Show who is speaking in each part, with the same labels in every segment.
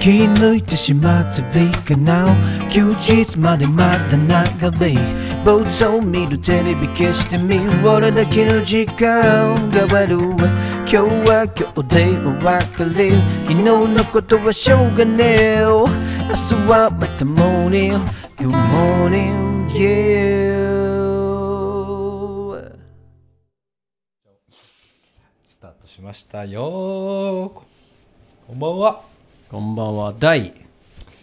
Speaker 1: 気抜いてしまった VK now 休日までまた長引ボートを見るテレビ消してみ俺だけの時間が終わる今日は今日でお別れ昨日のことはしょうがねえ明日はまた morning Good morning yeah
Speaker 2: スタートしましたよーこんばんは
Speaker 3: こんばんは第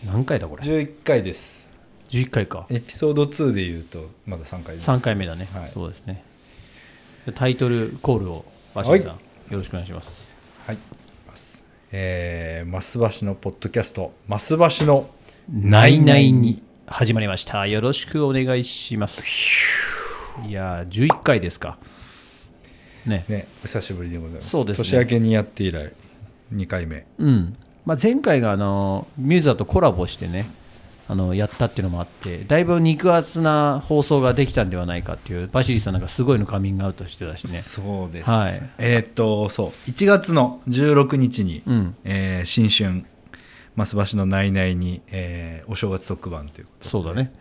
Speaker 3: 何回だこれ
Speaker 2: 11回です
Speaker 3: 11回か
Speaker 2: エピソード2で言うとまだ3回です
Speaker 3: 3回目だね、
Speaker 2: はい
Speaker 3: そうですねタイトルコールを鷲見さん、
Speaker 2: は
Speaker 3: よろしくお願いします
Speaker 2: はいますえー、マスバシのポッドキャストマスバシの
Speaker 3: ナイナイに始まりましたよろしくお願いしますいやー11回ですかね
Speaker 2: ねお久しぶりでございます
Speaker 3: そうですね
Speaker 2: 年明けにやって以来2回目
Speaker 3: うん、まあ、前回があのミューザーとコラボしてねあのやったっていうのもあってだいぶ肉厚な放送ができたんではないかっていうバシリさんなんかすごいのカミングアウトしてたしね
Speaker 2: そうです
Speaker 3: はい
Speaker 2: えーっとそう1月の16日に、
Speaker 3: うん
Speaker 2: えー新春マスバシのナイナイに、えーお正月特番ということで
Speaker 3: そうだね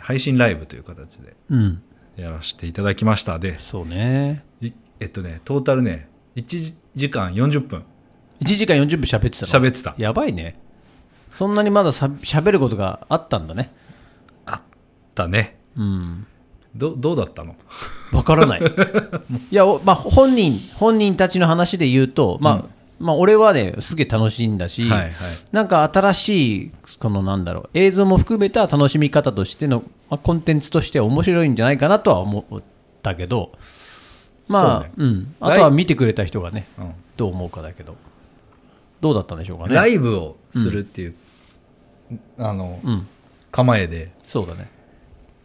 Speaker 2: 配信ライブという形で
Speaker 3: うん
Speaker 2: やらせていただきましたで
Speaker 3: そうね
Speaker 2: いえっとねトータルね1時間40分
Speaker 3: 1時間40分喋ってたの
Speaker 2: 喋ってた
Speaker 3: やばいねそんなにまださ喋ることがあったんだね
Speaker 2: あったね
Speaker 3: うん
Speaker 2: どどうだったの
Speaker 3: わからないいや、おまあ、本人本人たちの話で言うと、まあまあ、俺はねすげえ楽しいんだし、
Speaker 2: はいはい
Speaker 3: なんか新しいこのなんだろう映像も含めた楽しみ方としての、まあ、コンテンツとして面白いんじゃないかなとは思ったけどまあう、
Speaker 2: そうね
Speaker 3: ん、あとは見てくれた人がね
Speaker 2: うん
Speaker 3: どう思うかだけどどうだったんでしょうかね
Speaker 2: ライブをするっていう、あの、
Speaker 3: うん
Speaker 2: 構えで
Speaker 3: そうだね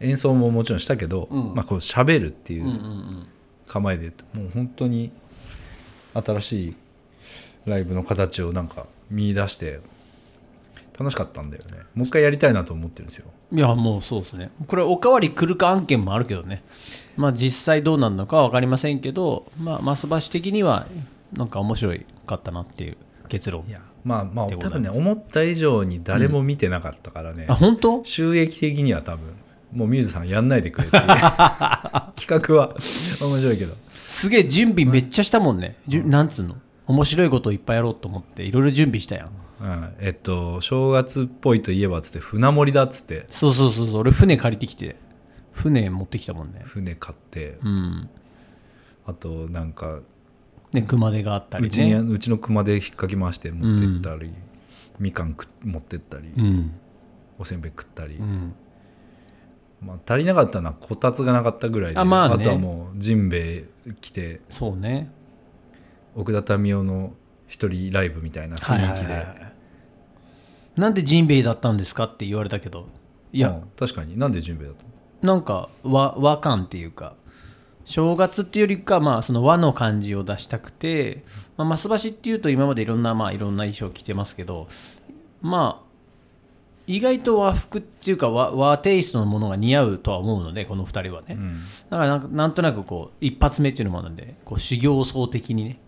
Speaker 2: 演奏ももちろんしたけど、
Speaker 3: うん
Speaker 2: まあこう喋るってい
Speaker 3: うんうんう
Speaker 2: うん構えで、もう本当に新しいライブの形をなんか見出して楽しかったんだよねもう一回やりたいなと思ってるんですよ
Speaker 3: いやもうそうですねこれおかわり来るか案件もあるけどねまあ実際どうなるのかは分かりませんけどまあマスバシ的にはなんか面白かったなっていう結論
Speaker 2: いやまあまあ
Speaker 3: でござ
Speaker 2: 多
Speaker 3: います
Speaker 2: 分ね思った以上に誰も見てなかったからね、
Speaker 3: あ本当
Speaker 2: 収益的には多分もうミューズさんやんないでく れっていう企画は面白いけど
Speaker 3: すげえ準備めっちゃしたもんね、じゅなんつうの面白いことをいっぱいやろうと思っていろいろ準備したやん
Speaker 2: うん、えっと正月っぽいといえばっつって船盛りだっつって
Speaker 3: そうそうそうそう俺船借りてきて船持ってきたもんね
Speaker 2: 船買って
Speaker 3: うん
Speaker 2: あとなんか
Speaker 3: ね熊手があったり
Speaker 2: うちに
Speaker 3: ね
Speaker 2: うちの熊で引っかき回して持ってったり、みかんく持ってったり、
Speaker 3: うん
Speaker 2: おせんべい食ったり、
Speaker 3: うん
Speaker 2: まあ、足りなかったのはこたつがなかったぐらいで
Speaker 3: あまあね
Speaker 2: とはもうジンベエ来て
Speaker 3: そうね
Speaker 2: 奥田民生の一人ライブみたいな雰囲気で、
Speaker 3: なんでジンベイだったんですかって言われたけどいや、
Speaker 2: うん確かになんでジンベエだったの
Speaker 3: なんか和和感っていうか正月っていうよりか、まあ、その和の感じを出したくて、まあ、マスバシっていうと今までいろんな、まあ、いろんな衣装着てますけどまあ意外と和服っていうか和和テイストのものが似合うとは思うのでこの2人はね、
Speaker 2: うん
Speaker 3: だからなんかなんとなくこう一発目っていうのもあるんでこう修行僧的にね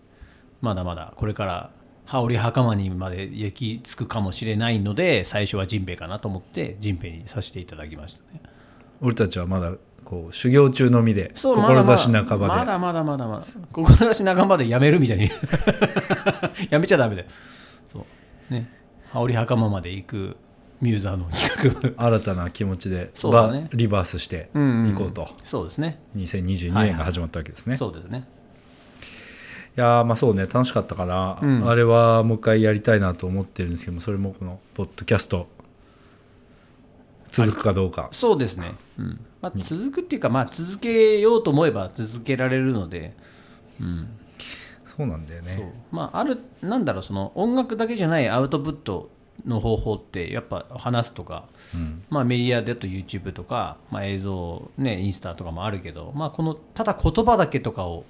Speaker 3: まだまだこれから羽織袴にまで行き着くかもしれないので最初はジンベエかなと思ってジンベエにさせていただきましたね。
Speaker 2: 俺たちはまだこう修行中の身で
Speaker 3: そうまだまだ
Speaker 2: 志半ばで、
Speaker 3: まだまだまだまだ志半ばでやめるみたいに やめちゃダメだよそうね羽織袴まで行くミューザーの企画
Speaker 2: 新たな気持ちで、
Speaker 3: そうだね
Speaker 2: ばリバースして
Speaker 3: うんうん
Speaker 2: いこうと、
Speaker 3: そうですね
Speaker 2: 2022
Speaker 3: はいは
Speaker 2: 年
Speaker 3: い
Speaker 2: が始まったわけですね、
Speaker 3: そうですね
Speaker 2: いやーまあそうね楽しかったから、
Speaker 3: うん
Speaker 2: あれはもう一回やりたいなと思ってるんですけどもそれもこのポッドキャスト続くかどうか、
Speaker 3: そうですね、うんまあ、続くっていうか、まあ、続けようと思えば続けられるので、うん
Speaker 2: そうなんだよ
Speaker 3: そう
Speaker 2: ね
Speaker 3: まあ、あるなんだろうその音楽だけじゃないアウトプットの方法ってやっぱ話すとか
Speaker 2: うん
Speaker 3: まあ、メディアだと YouTube とか、まあ、映像、ね、インスタとかもあるけど、まあ、このただ言葉だけとかを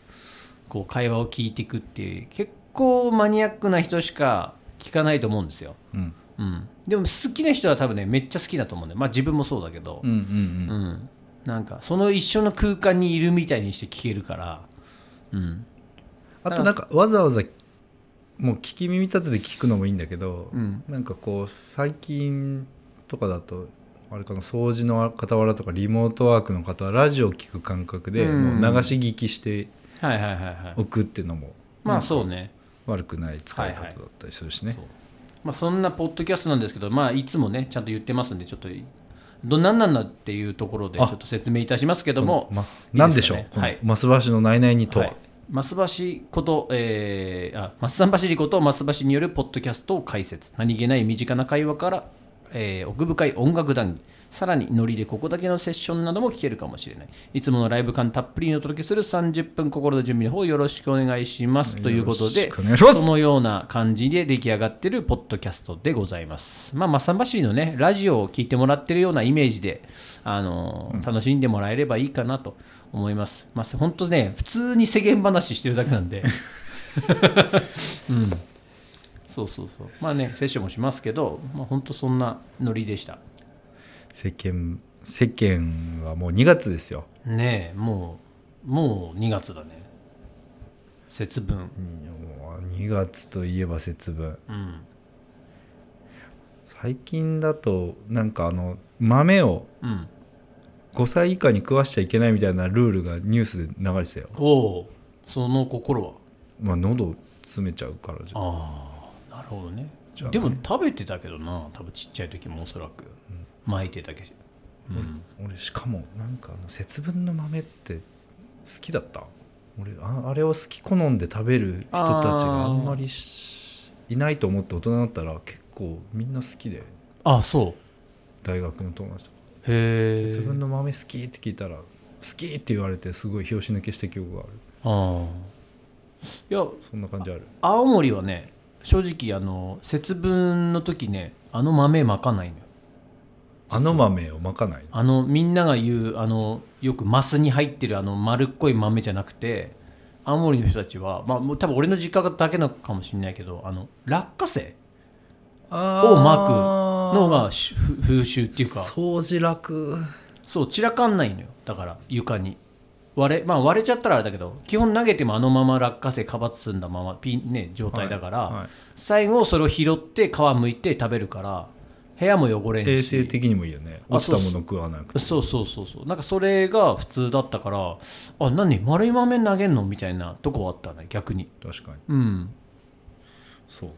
Speaker 3: こう会話を聞いていくっていう結構マニアックな人しか聞かないと思うんですよ、
Speaker 2: うん
Speaker 3: うん、でも好きな人は多分ねめっちゃ好きだと思うんで、まあ、自分もそうだけど
Speaker 2: うんう、ん
Speaker 3: う
Speaker 2: うん
Speaker 3: ん、なんかその一緒の空間にいるみたいにして聞けるから、うん、
Speaker 2: あとなんかわざわざもう聞き耳立てて聞くのもいいんだけど、
Speaker 3: うん
Speaker 2: なんかこう最近とかだとあれかな掃除の傍らとかリモートワークの方はラジオ聞く感覚で
Speaker 3: うん
Speaker 2: もう流し聞きして
Speaker 3: はいはいはいはい
Speaker 2: おくっていうのも
Speaker 3: まあそうね
Speaker 2: 悪くない使い方
Speaker 3: は
Speaker 2: だ
Speaker 3: いはい
Speaker 2: ったりするしね、
Speaker 3: そうまあ、そんなポッドキャストなんですけど、まあ、いつもねちゃんと言ってますんでちょっとどなんなんだっていうところでちょ
Speaker 2: あ
Speaker 3: っと説明いたしますけども
Speaker 2: このま
Speaker 3: いいすかね
Speaker 2: なんでしょうこ
Speaker 3: は
Speaker 2: の
Speaker 3: い
Speaker 2: マスバシのナイナイにとは、
Speaker 3: はい増橋こと、えー、あ増橋りこと増橋によるポッドキャストを解説何気ない身近な会話から、えー奥深い音楽談義さらにノリでここだけのセッションなども聞けるかもしれないいつものライブ感たっぷりにお届けする30分心の準備の方よろしくお願いしますということ
Speaker 2: よ
Speaker 3: で
Speaker 2: ろしくお願いします
Speaker 3: そのような感じで出来上がってるポッドキャストでございますまあ増橋のねラジオを聞いてもらってるようなイメージであのー、楽しんでもらえればいいかなと思いますまあ本当ね普通に世間話してるだけなん でうんそうそうそうまあねセッションもしますけど、まあ、本当そんなノリでした
Speaker 2: 世間世間はもう2月ですよ
Speaker 3: ねえもうもう2月だね節分
Speaker 2: もう2月といえば節分
Speaker 3: うん
Speaker 2: 最近だとなんかあの豆を
Speaker 3: うん
Speaker 2: 5歳以下に食わしちゃいけないみたいなルールがニュースで流れてたよ
Speaker 3: おおその心は
Speaker 2: まあ喉詰めちゃうからじゃん
Speaker 3: ああなるほどね
Speaker 2: じゃあ
Speaker 3: で
Speaker 2: ね
Speaker 3: も食べてたけどな多分ちっちゃい時もおそらく、巻いてたけど、うん
Speaker 2: 俺しかもなんかあの節分の豆って好きだった俺ああれを好き好んで食べる人たちがあんまりしいないと思って大人になったら結構みんな好きで
Speaker 3: あそう
Speaker 2: 大学の友達とか
Speaker 3: へえ
Speaker 2: 節分の豆好きって聞いたら好きって言われてすごい拍子抜けした記憶がある
Speaker 3: ああいや
Speaker 2: そんな感じある
Speaker 3: 青森はね正直あの節分の時ねあの豆まかないのよ
Speaker 2: あの豆をまかない
Speaker 3: あのみんなが言うあのよくマスに入ってるあの丸っこい豆じゃなくて青森の人たちは、まあ、もう多分俺の実家だけなのかもしれないけどあの落花生をまくのがしふ風習っていうか
Speaker 2: 掃除楽
Speaker 3: そう散らかんないのよだから床に割れまあ割れちゃったらあれだけど基本投げてもあのまま落花生かばつんだままピンね状態だから、
Speaker 2: はいはい
Speaker 3: 最後それを拾って皮むいて食べるから部屋も汚れんし
Speaker 2: 衛生的にもいいよね
Speaker 3: あ
Speaker 2: 落ちたもの
Speaker 3: そう
Speaker 2: 食わなくて
Speaker 3: そうそうそうそうなんかそれが普通だったからあ何丸い豆投げんのみたいなとこはあったね逆に
Speaker 2: 確かに
Speaker 3: うん
Speaker 2: そう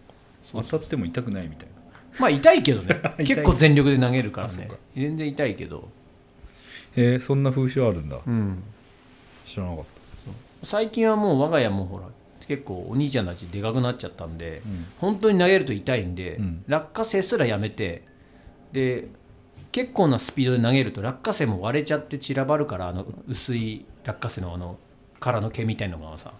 Speaker 2: 当たっても痛くないみたいな
Speaker 3: まあ痛いけど ね
Speaker 2: い
Speaker 3: 結構全力で投げるから
Speaker 2: あそう
Speaker 3: ね
Speaker 2: か
Speaker 3: 全然痛いけど
Speaker 2: へえそんな風習あるんだ
Speaker 3: うん
Speaker 2: 知らなかっ
Speaker 3: 最近はもう我が家もほら結構お兄ちゃんたちでかくなっちゃったんで、
Speaker 2: うん
Speaker 3: 本当に投げると痛いんで、
Speaker 2: うん
Speaker 3: 落花生すらやめてで結構なスピードで投げると落花生も割れちゃって散らばるからあの薄い落花生のあの殻の毛みたいなのがさ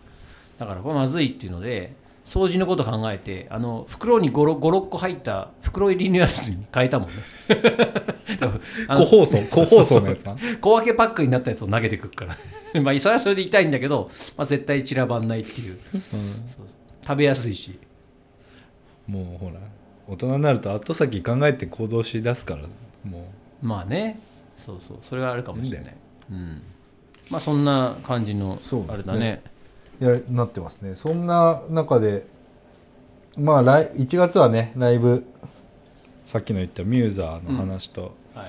Speaker 3: だからこれまずいっていうので掃除のこと考えてあの袋に56個入った袋入りのやつに変えたもん ね
Speaker 2: た個包装個包装のやつな
Speaker 3: 小分けパックになったやつを投げてくるから まあそれはそれで痛いんだけど、まあ、絶対散らばんないっていうそうそう食べやすいし
Speaker 2: もうほら大人になると後先考えて行動しだすからも
Speaker 3: まあねそうそうそれがあるかもしれない
Speaker 2: いい
Speaker 3: うん、まあそんな感じの
Speaker 2: そう
Speaker 3: あ
Speaker 2: で
Speaker 3: れ
Speaker 2: す
Speaker 3: だ
Speaker 2: ね
Speaker 3: ね
Speaker 2: ういやなってますねそんな中でまあ来1月はねライブさっきの言ったミューザーの話と、
Speaker 3: はい、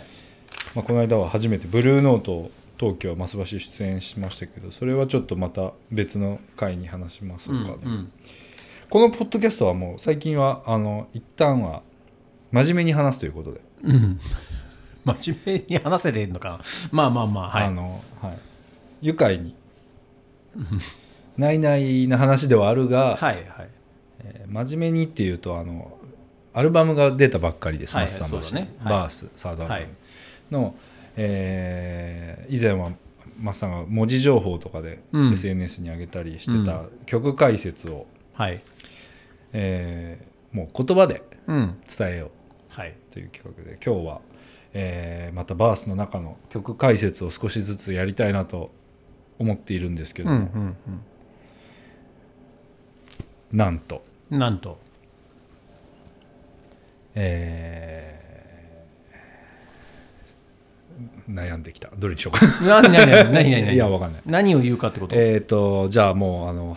Speaker 2: まあ、この間は初めてブルーノートを東京マスバシ出演しましたけどそれはちょっとまた別の回に話します
Speaker 3: う
Speaker 2: か
Speaker 3: ん
Speaker 2: ね、
Speaker 3: うん
Speaker 2: このポッドキャストはもう最近はあの一旦は真面目に話すということで、
Speaker 3: うん、 真面目に話せてんのかなまあまあまあはい
Speaker 2: あの、はい、愉快に ないないな話ではあ るが、
Speaker 3: はいはい
Speaker 2: えー真面目にっていうとあのアルバムが出たばっかりです、
Speaker 3: はい
Speaker 2: マスさん
Speaker 3: そうだねはい
Speaker 2: バースサードアルバ
Speaker 3: は
Speaker 2: ム
Speaker 3: い
Speaker 2: の、えー以前はマスさんが文字情報とかで
Speaker 3: うん
Speaker 2: SNS に上げたりして
Speaker 3: う
Speaker 2: た曲解説を、
Speaker 3: はい
Speaker 2: えーもう言葉で
Speaker 3: うん
Speaker 2: 伝えよ
Speaker 3: はい、
Speaker 2: うという企画で今日は、えーまたバースの中の曲解説を少しずつやりたいなと思っているんですけど、
Speaker 3: うん
Speaker 2: なんと、
Speaker 3: うん、なんと
Speaker 2: えー悩んできたどれにしよう かな
Speaker 3: 何何何何何
Speaker 2: いやわかんない
Speaker 3: 何を言うかってこと、
Speaker 2: えっ、とじゃあもうあの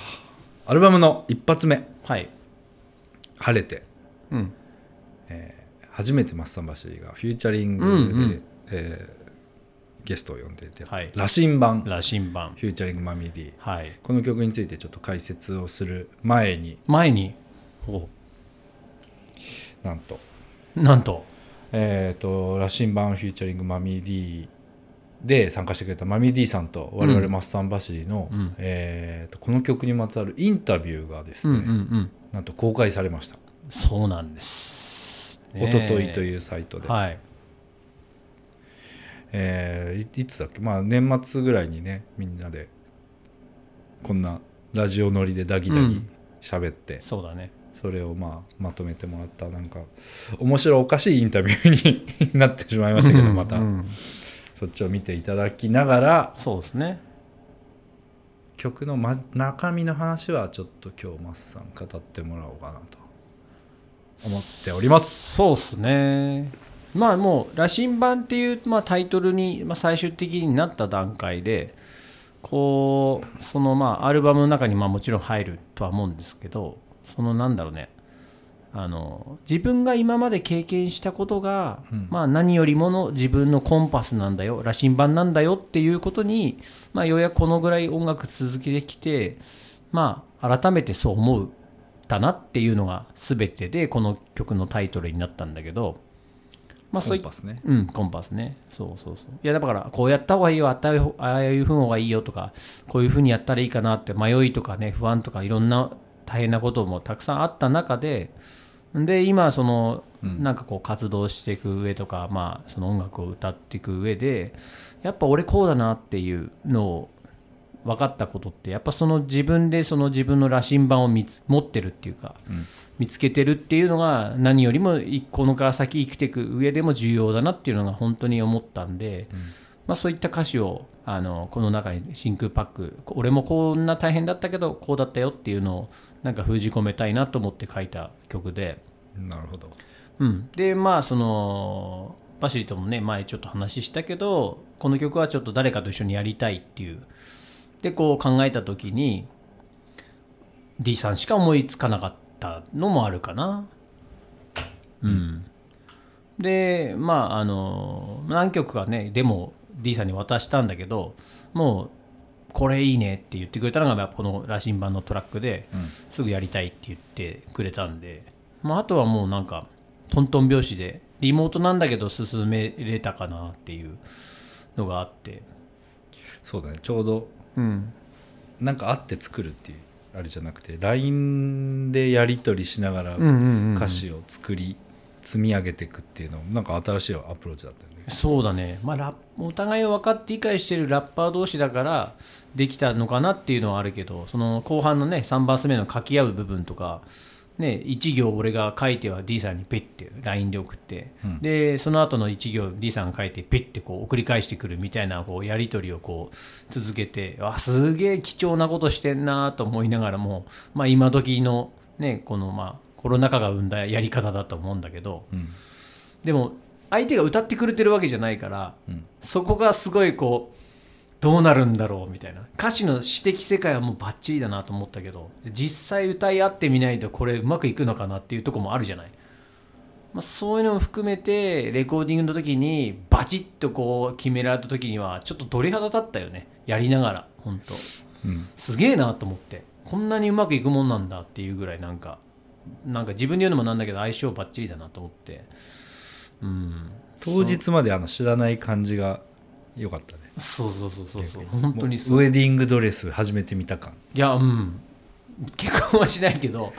Speaker 2: アルバムの一発目
Speaker 3: はい
Speaker 2: 晴れて、
Speaker 3: うん
Speaker 2: えー初めてマッサン橋がフューチャリングで、
Speaker 3: うんうん
Speaker 2: えーゲストを呼んでいて、
Speaker 3: はい
Speaker 2: 羅針盤
Speaker 3: 羅針盤
Speaker 2: フューチャリングマミディ
Speaker 3: はい
Speaker 2: この曲についてちょっと解説をする前に
Speaker 3: 前にお
Speaker 2: なんと,、
Speaker 3: なんと
Speaker 2: えー、と羅針盤フューチャリングマミディで参加してくれたマミディさんと我々
Speaker 3: うん
Speaker 2: マッサンバシリの、
Speaker 3: うん
Speaker 2: えー、とこの曲にまつわるインタビューがです
Speaker 3: うん
Speaker 2: ね、
Speaker 3: うんうん
Speaker 2: なんと公開されました、
Speaker 3: そうなんです
Speaker 2: おとといと
Speaker 3: う
Speaker 2: いうサイトで、
Speaker 3: はい
Speaker 2: えーいいつだっけまあ年末ぐらいにねみんなでこんなラジオ乗りでダギダギ喋って、
Speaker 3: そうだね
Speaker 2: それをまあまとめてもらったなんか面白おかしいインタビューに なってしまいましたけどまた
Speaker 3: うんうん
Speaker 2: そっちを見ていただきながら
Speaker 3: そうですね
Speaker 2: 曲の、ま、中身の話はちょっと今日マスさん語ってもらおうかなと思っております。
Speaker 3: そうですねまあもう「羅針盤」っていう、まあ、タイトルに、まあ、最終的になった段階でこうそのまあアルバムの中にまあもちろん入るとは思うんですけどそのなんだろうねあの自分が今まで経験したことが、
Speaker 2: うん
Speaker 3: まあ、何よりもの自分のコンパスなんだよ羅針盤なんだよっていうことに、まあ、ようやくこのぐらい音楽続けてきて、まあ、改めてそう思うだなっていうのが全てでこの曲のタイトルになったんだけど、まあ、そういっ
Speaker 2: コンパスね
Speaker 3: うん、コンパスね。そうそうそう。いや、だから、こうやった方がいいよ、あったよああいうふうの方がいいよとか、こういうふうにやったらいいかなって、迷いとかね、不安とか、いろんな大変なこともたくさんあった中で、で、今、その、
Speaker 2: うん
Speaker 3: なんかこう、活動していく上とか、まあ、その音楽を歌っていく上で、やっぱ俺こうだなっていうのを分かったことって、やっぱその自分でその自分の羅針盤を見つ持ってるっていうか、
Speaker 2: うん
Speaker 3: 見つけてるっていうのが何よりもいこのから先生きていく上でも重要だなっていうのが本当に思ったんで、まあ、そういった歌詞をあのこの中に真空パック俺もこんな大変だったけどこうだったよっていうのをなんか封じ込めたいなと思って書いた曲で。
Speaker 2: なるほど。
Speaker 3: うん、でまあそのバシリともね前ちょっと話したけどこの曲はちょっと誰かと一緒にやりたいっていうでこう考えた時に D さんしか思いつかなかったのもあるかなうんでまああの何曲かねでも D さんに渡したんだけどもうこれいいねって言ってくれたのがやっぱこの羅針盤のトラックで、
Speaker 2: う
Speaker 3: すぐやりたいって言ってくれたんで、まあ、あとはもうなんかトントン拍子でリモートなんだけど進めれたかなっていうのがあって
Speaker 2: そうだねちょうど
Speaker 3: うん
Speaker 2: なんかあって作るっていうあれじゃなくて LINE でやり取りしながら歌詞を作り、積み上げていくっていうのもなんか新しいアプローチだったよね。
Speaker 3: そうだね、まあ、ラップお互いを分かって理解してるラッパー同士だからできたのかなっていうのはあるけどその後半のね3バース目の書き合う部分とか、ね、1行俺が書いては D さんにペッて LINE で送って、
Speaker 2: うん
Speaker 3: でその後の1行 D さんが書いてペッてこう送り返してくるみたいなこうやり取りをこう続けてわすげえ貴重なことしてんなと思いながらも、まあ、今時のねこのまあコロナ禍が生んだやり方だと思うんだけど。
Speaker 2: うん
Speaker 3: でも相手が歌ってくれてるわけじゃないから
Speaker 2: うん
Speaker 3: そこがすごいこうどうなるんだろうみたいな歌詞の詩的世界はもうバッチリだなと思ったけど実際歌い合ってみないとこれうまくいくのかなっていうとこもあるじゃない、まあ、そういうのも含めてレコーディングの時にバチッとこう決められた時にはちょっと鳥肌立ったよねやりながら本当
Speaker 2: うん
Speaker 3: すげえなと思ってこんなにうまくいくもんなんだっていうぐらいなんかなんか自分で言うのもなんだけど相性バッチリだなと思ってうん
Speaker 2: 当日まであの知らない感じが良かったね。
Speaker 3: そうそうそうそうそう本当に
Speaker 2: も
Speaker 3: そう
Speaker 2: ウ
Speaker 3: うい
Speaker 2: ェディングドレス始めてみた感。
Speaker 3: やうん結婚はしないけ ど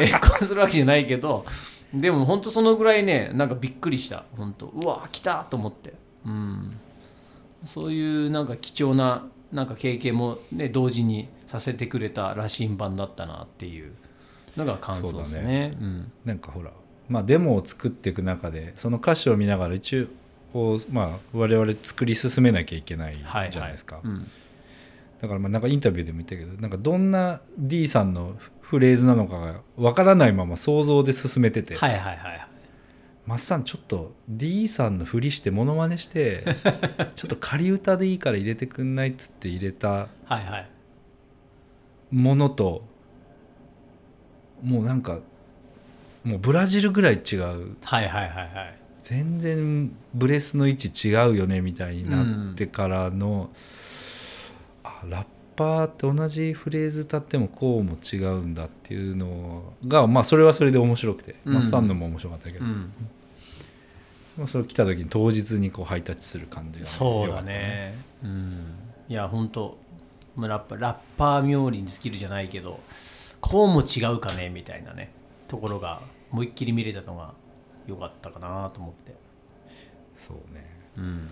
Speaker 3: え結婚するわけじゃないけどでも本当そのぐらいねなんかびっくりした本当うわ来たと思ってうんそういうなんか貴重ななんか経験もね同時にさせてくれた羅針盤だったなっていうのが感想です
Speaker 2: そうだ
Speaker 3: ねうん
Speaker 2: なんかほら、まあ、デモを作っていく中でその歌詞を見ながら一応、まあ、我々作り進めなきゃいけないじ
Speaker 3: は
Speaker 2: ゃ
Speaker 3: い
Speaker 2: ないですか。
Speaker 3: はいうん
Speaker 2: だからまあなんかインタビューでも言ったけどなんかどんな D さんのフレーズなのかがわからないまま想像で進めてて、
Speaker 3: はいはいはい
Speaker 2: マスさんちょっと D さんのふりしてモノマネして ちょっと仮歌でいいから入れてくんないっつって入れた
Speaker 3: はいはい
Speaker 2: ものともうなんかもうブラジルぐらい違う
Speaker 3: はいはいはいはい
Speaker 2: 全然ブレスの位置違うよねみたいになってからの、あラッパーって同じフレーズ歌ってもこうも違うんだっていうのがまあそれはそれで面白くて、
Speaker 3: うん
Speaker 2: まあ、スタンドも面白かったけど、
Speaker 3: うん
Speaker 2: まあ、それ来た時に当日にこうハイタッチする感じが
Speaker 3: そう
Speaker 2: 良か
Speaker 3: だ
Speaker 2: った
Speaker 3: ねうんいや本当まあラッパラッパー冥利に尽きるじゃないけどこうも違うかねみたいなねところが思いっきり見れたのが良かったかなと思って
Speaker 2: そうね
Speaker 3: うん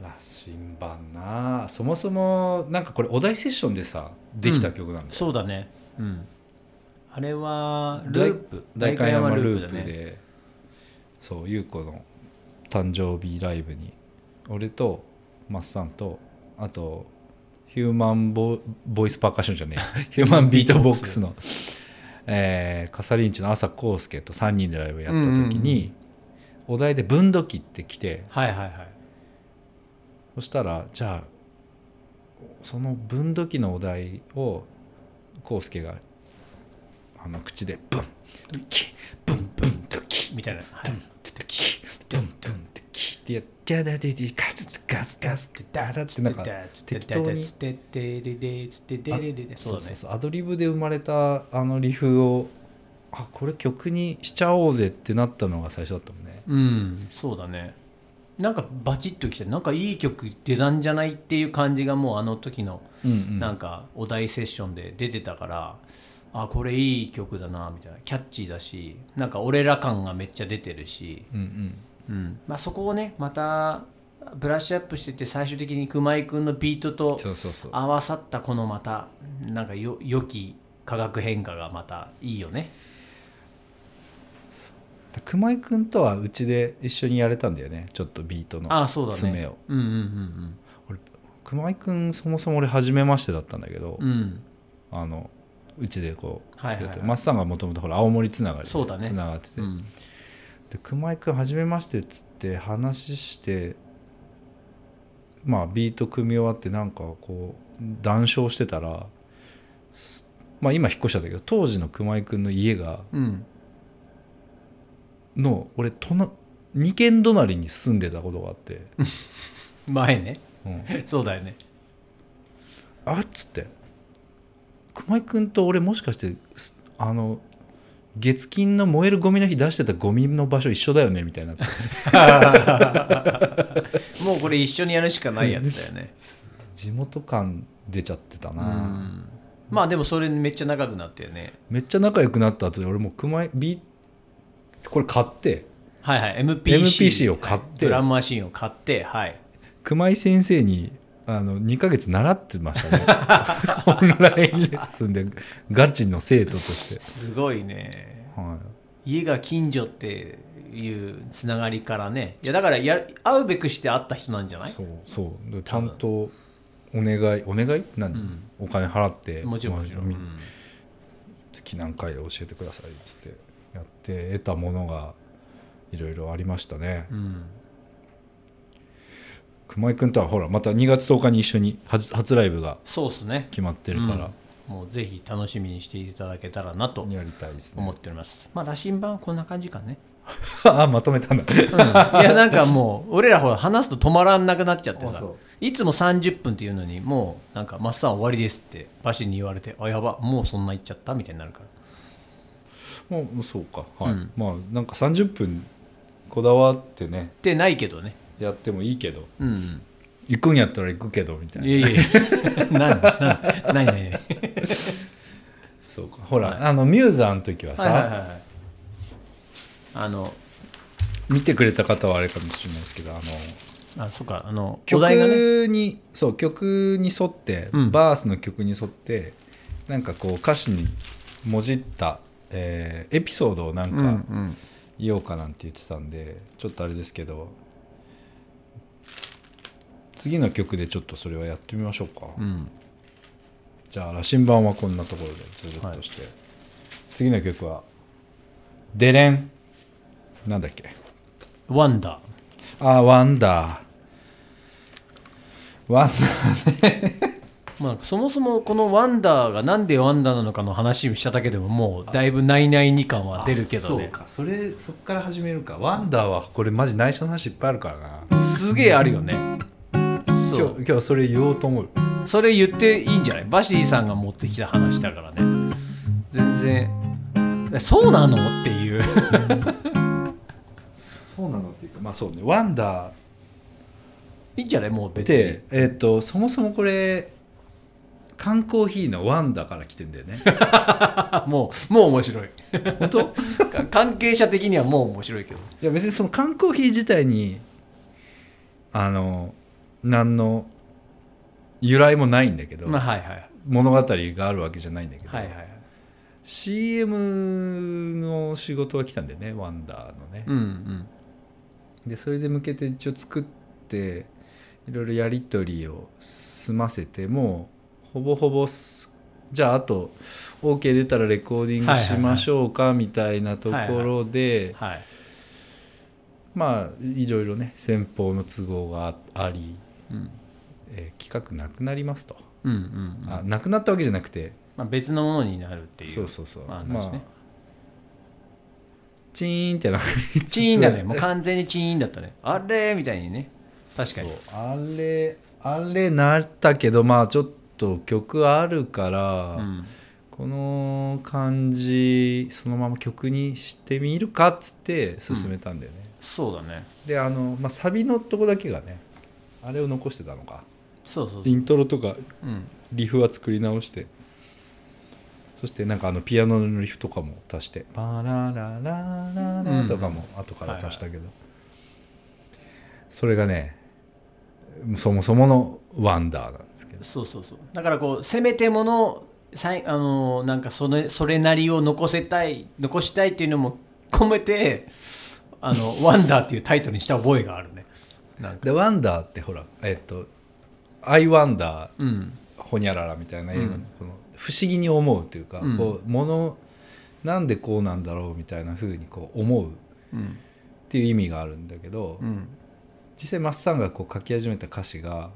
Speaker 2: 羅針盤なそもそもなんかこれお題セッションでさできた曲なんだよ、
Speaker 3: そうだねうんあれはル
Speaker 2: 大
Speaker 3: ープ
Speaker 2: 代官山ルー
Speaker 3: 大
Speaker 2: プ
Speaker 3: 官
Speaker 2: で
Speaker 3: 山
Speaker 2: そう優子の誕生日ライブに俺とマッサンとあとヒューマンボボイスパーカッションじゃね えヒューマンビートボックスの、えーカサリンチの朝康介と3人でライブやった時に、お題で「分度器」って来て
Speaker 3: はいはいはい
Speaker 2: そしたらじゃあその分度器のお題を康介があの口でブンドキブンブンドキ
Speaker 3: みたいな、はい、
Speaker 2: ドキドンドンドキってやってギャダディカツカツカツってダラってなんか適当に
Speaker 3: そ
Speaker 2: そうう
Speaker 3: だ
Speaker 2: そう
Speaker 3: ね
Speaker 2: そうアドリブで生まれたあのリフをあこれ曲にしちゃおうぜってなったのが最初だったもんね
Speaker 3: うんそうだねなんかバチッときてなんかいい曲出たんじゃないっていう感じがもうあの時の
Speaker 2: うんうん
Speaker 3: なんかお題セッションで出てたから、あこれいい曲だなみたいなキャッチーだしなんか俺ら感がめっちゃ出てるし、
Speaker 2: うんうん
Speaker 3: うんまあ、そこをねまたブラッシュアップしてって最終的に熊井君のビートと
Speaker 2: そうそうそう
Speaker 3: 合わさったこのまたなんかよ良き化学変化がまたいいよね
Speaker 2: 熊井君とはうちで一緒にやれたんだよねちょっとビートの
Speaker 3: ああそうだね
Speaker 2: 爪を
Speaker 3: うんうんうん
Speaker 2: 熊井君そもそも俺初めましてだったんだけど、
Speaker 3: うんうん
Speaker 2: あのうちでこう
Speaker 3: はいはいはい
Speaker 2: やってマッサンがもともとほら青森つながりで
Speaker 3: そうだね
Speaker 2: つながってて、
Speaker 3: うん
Speaker 2: で熊井君初めましてっつって話してまあビート組み終わってなんかこう談笑してたらすまあ今引っ越したんだけど当時の熊井君の家が
Speaker 3: うん
Speaker 2: の俺とな2軒隣に住んでたことがあって、
Speaker 3: 前ね
Speaker 2: うん
Speaker 3: そうだよね
Speaker 2: あっつって熊井君と俺もしかしてすあの月金の燃えるゴミの日出してたゴミの場所一緒だよね みたいになって
Speaker 3: もうこれ一緒にやるしかないやつだよね
Speaker 2: 地元感出ちゃって た
Speaker 3: う
Speaker 2: な、
Speaker 3: んまあでもそれめっちゃ長くなったよね
Speaker 2: めっちゃ仲良くなった後で俺もう熊井 B これ買って
Speaker 3: はいはい MPC,
Speaker 2: MPC を買って
Speaker 3: はいドラムマシンを買ってはい
Speaker 2: 熊井先生にあの2ヶ月習ってましたね オンラインレッスンでガチの生徒として、
Speaker 3: すごいね
Speaker 2: は、
Speaker 3: 家が近所っていうつながりからねいやだからや会うべくして会った人なんじゃないい
Speaker 2: そうそうでちゃんとお願いお願い何、
Speaker 3: うん
Speaker 2: お金払って
Speaker 3: もちろんもちろん、
Speaker 2: ま
Speaker 3: う
Speaker 2: あ
Speaker 3: ん
Speaker 2: 月何回教えてくださいっつってやって得たものがいろいろありましたね、
Speaker 3: うん
Speaker 2: 熊井君とはほらまた2月10日に一緒に初初ライブが
Speaker 3: そうっすね
Speaker 2: 決まってるか
Speaker 3: うんもうぜひ楽しみにしていただけたらなと
Speaker 2: らやりたいですね、
Speaker 3: 思っております、まあ羅針盤はこんな感じかね、
Speaker 2: あまと めたんだ
Speaker 3: うんいやなんかもう俺らほら話すと止まらなくなっちゃって
Speaker 2: あ
Speaker 3: さ
Speaker 2: そう
Speaker 3: いつも30分っていうのにもうなんか「マッサン終わりです」ってバシンに言われて「あやばもうそんな言っちゃった」みたいになるから
Speaker 2: もうそうかはい、
Speaker 3: うん
Speaker 2: まあなんか30分こだわってね
Speaker 3: でないけどね
Speaker 2: やってもいいけど
Speaker 3: うん
Speaker 2: 行くんやったら行くけどみたいない
Speaker 3: やいやいや なんなんないないない
Speaker 2: そうかほら、あのミューザーの時はさ、
Speaker 3: はいはいはいはいあの
Speaker 2: 見てくれた方はあれかもしれないですけどあの
Speaker 3: あそっかあのお題がね
Speaker 2: 曲に、そう曲に沿って、
Speaker 3: うん
Speaker 2: バースの曲に沿ってなんかこう歌詞にもじった、えーエピソードをなん
Speaker 3: うん
Speaker 2: か
Speaker 3: うん
Speaker 2: 言おうかなんて言ってたんで、ちょっとあれですけど次の曲でちょっとそれはやってみましょうか、
Speaker 3: うん
Speaker 2: じゃあ羅針盤はこんなところでずっとして、次の曲は「デレン」なんだっけ
Speaker 3: ワンダー
Speaker 2: あーワンダーワンダーね
Speaker 3: まあ、そもそもこのワンダーがなんでワンダーなのかの話をしただけでももうだいぶ内々に感は出るけど
Speaker 2: そう
Speaker 3: ね
Speaker 2: かそれそっから始めるかワンダーはこれマジ内緒の話いっぱいあるからな
Speaker 3: すげえあるよねそ
Speaker 2: 今日
Speaker 3: う
Speaker 2: 今日それ言おうと思う
Speaker 3: それ言っていいんじゃないバシリさんが持ってきた話だからね全然そうなのっていう
Speaker 2: そうなのっていうかまあそうねワンダー
Speaker 3: いいんじゃないもう別に
Speaker 2: でえっ、とそもそもこれ缶コーヒーのワンダーから来てんだよ ね
Speaker 3: あもうもう面白い
Speaker 2: 本当
Speaker 3: か関係者的にはもう面白いけど
Speaker 2: いや別にその缶コーヒー自体にあの何の由来もないんだけど、
Speaker 3: まあはいはい
Speaker 2: 物語があるわけじゃないんだけど、
Speaker 3: はいはいはい
Speaker 2: CM の仕事が来たんだよねワンダーのね
Speaker 3: う、んうん
Speaker 2: でそれで向けて一応作っていろいろやり取りを済ませてもうほぼほぼすじゃああと OK 出たらレコーディングしましょうかみたいなところで
Speaker 3: はい
Speaker 2: まあいろいろね先方の都合がああり、
Speaker 3: うん
Speaker 2: えー企画なくなりますと、
Speaker 3: うんうんうん
Speaker 2: あなくなったわけじゃなくて
Speaker 3: まあ、別のものになるっていう
Speaker 2: そうそうそう
Speaker 3: まあ
Speaker 2: まあ、
Speaker 3: 話ね
Speaker 2: チーンってなくなりつつ
Speaker 3: チーン だねもう完全にチーンだったねあれみたいにね確かに
Speaker 2: そうあれあれなったけどまあちょっと曲あるから、
Speaker 3: うん
Speaker 2: この感じそのまま曲にしてみるかっつって進めたんだよね、
Speaker 3: そうだね
Speaker 2: であの、まあ、サビのとこだけがねあれを残してたのか
Speaker 3: そうそうそう
Speaker 2: イントロとか
Speaker 3: うん
Speaker 2: リフは作り直してそしてなんかあのピアノのリフとかも足して「パラララララ」とかも後から足したけど、それがねそもそもの「ワンダー」なんですけど
Speaker 3: そうそうそうだからこうせめてものさいあのーなんかそれそれなりを残せたい残したいっていうのも込めて「あのワンダー」っていうタイトルにした覚えがあるねなんか
Speaker 2: で「ワンダー」ってほらえっと「アイ・ワンダー」
Speaker 3: うん
Speaker 2: ほにゃららみたいな映画の,、
Speaker 3: うん
Speaker 2: この不思議に思うというか、
Speaker 3: うん
Speaker 2: こうものなんでこうなんだろうみたいな風にこう思うっ
Speaker 3: うん
Speaker 2: ていう意味があるんだけど、
Speaker 3: うん
Speaker 2: 実際マスさんがこう書き始めた歌詞が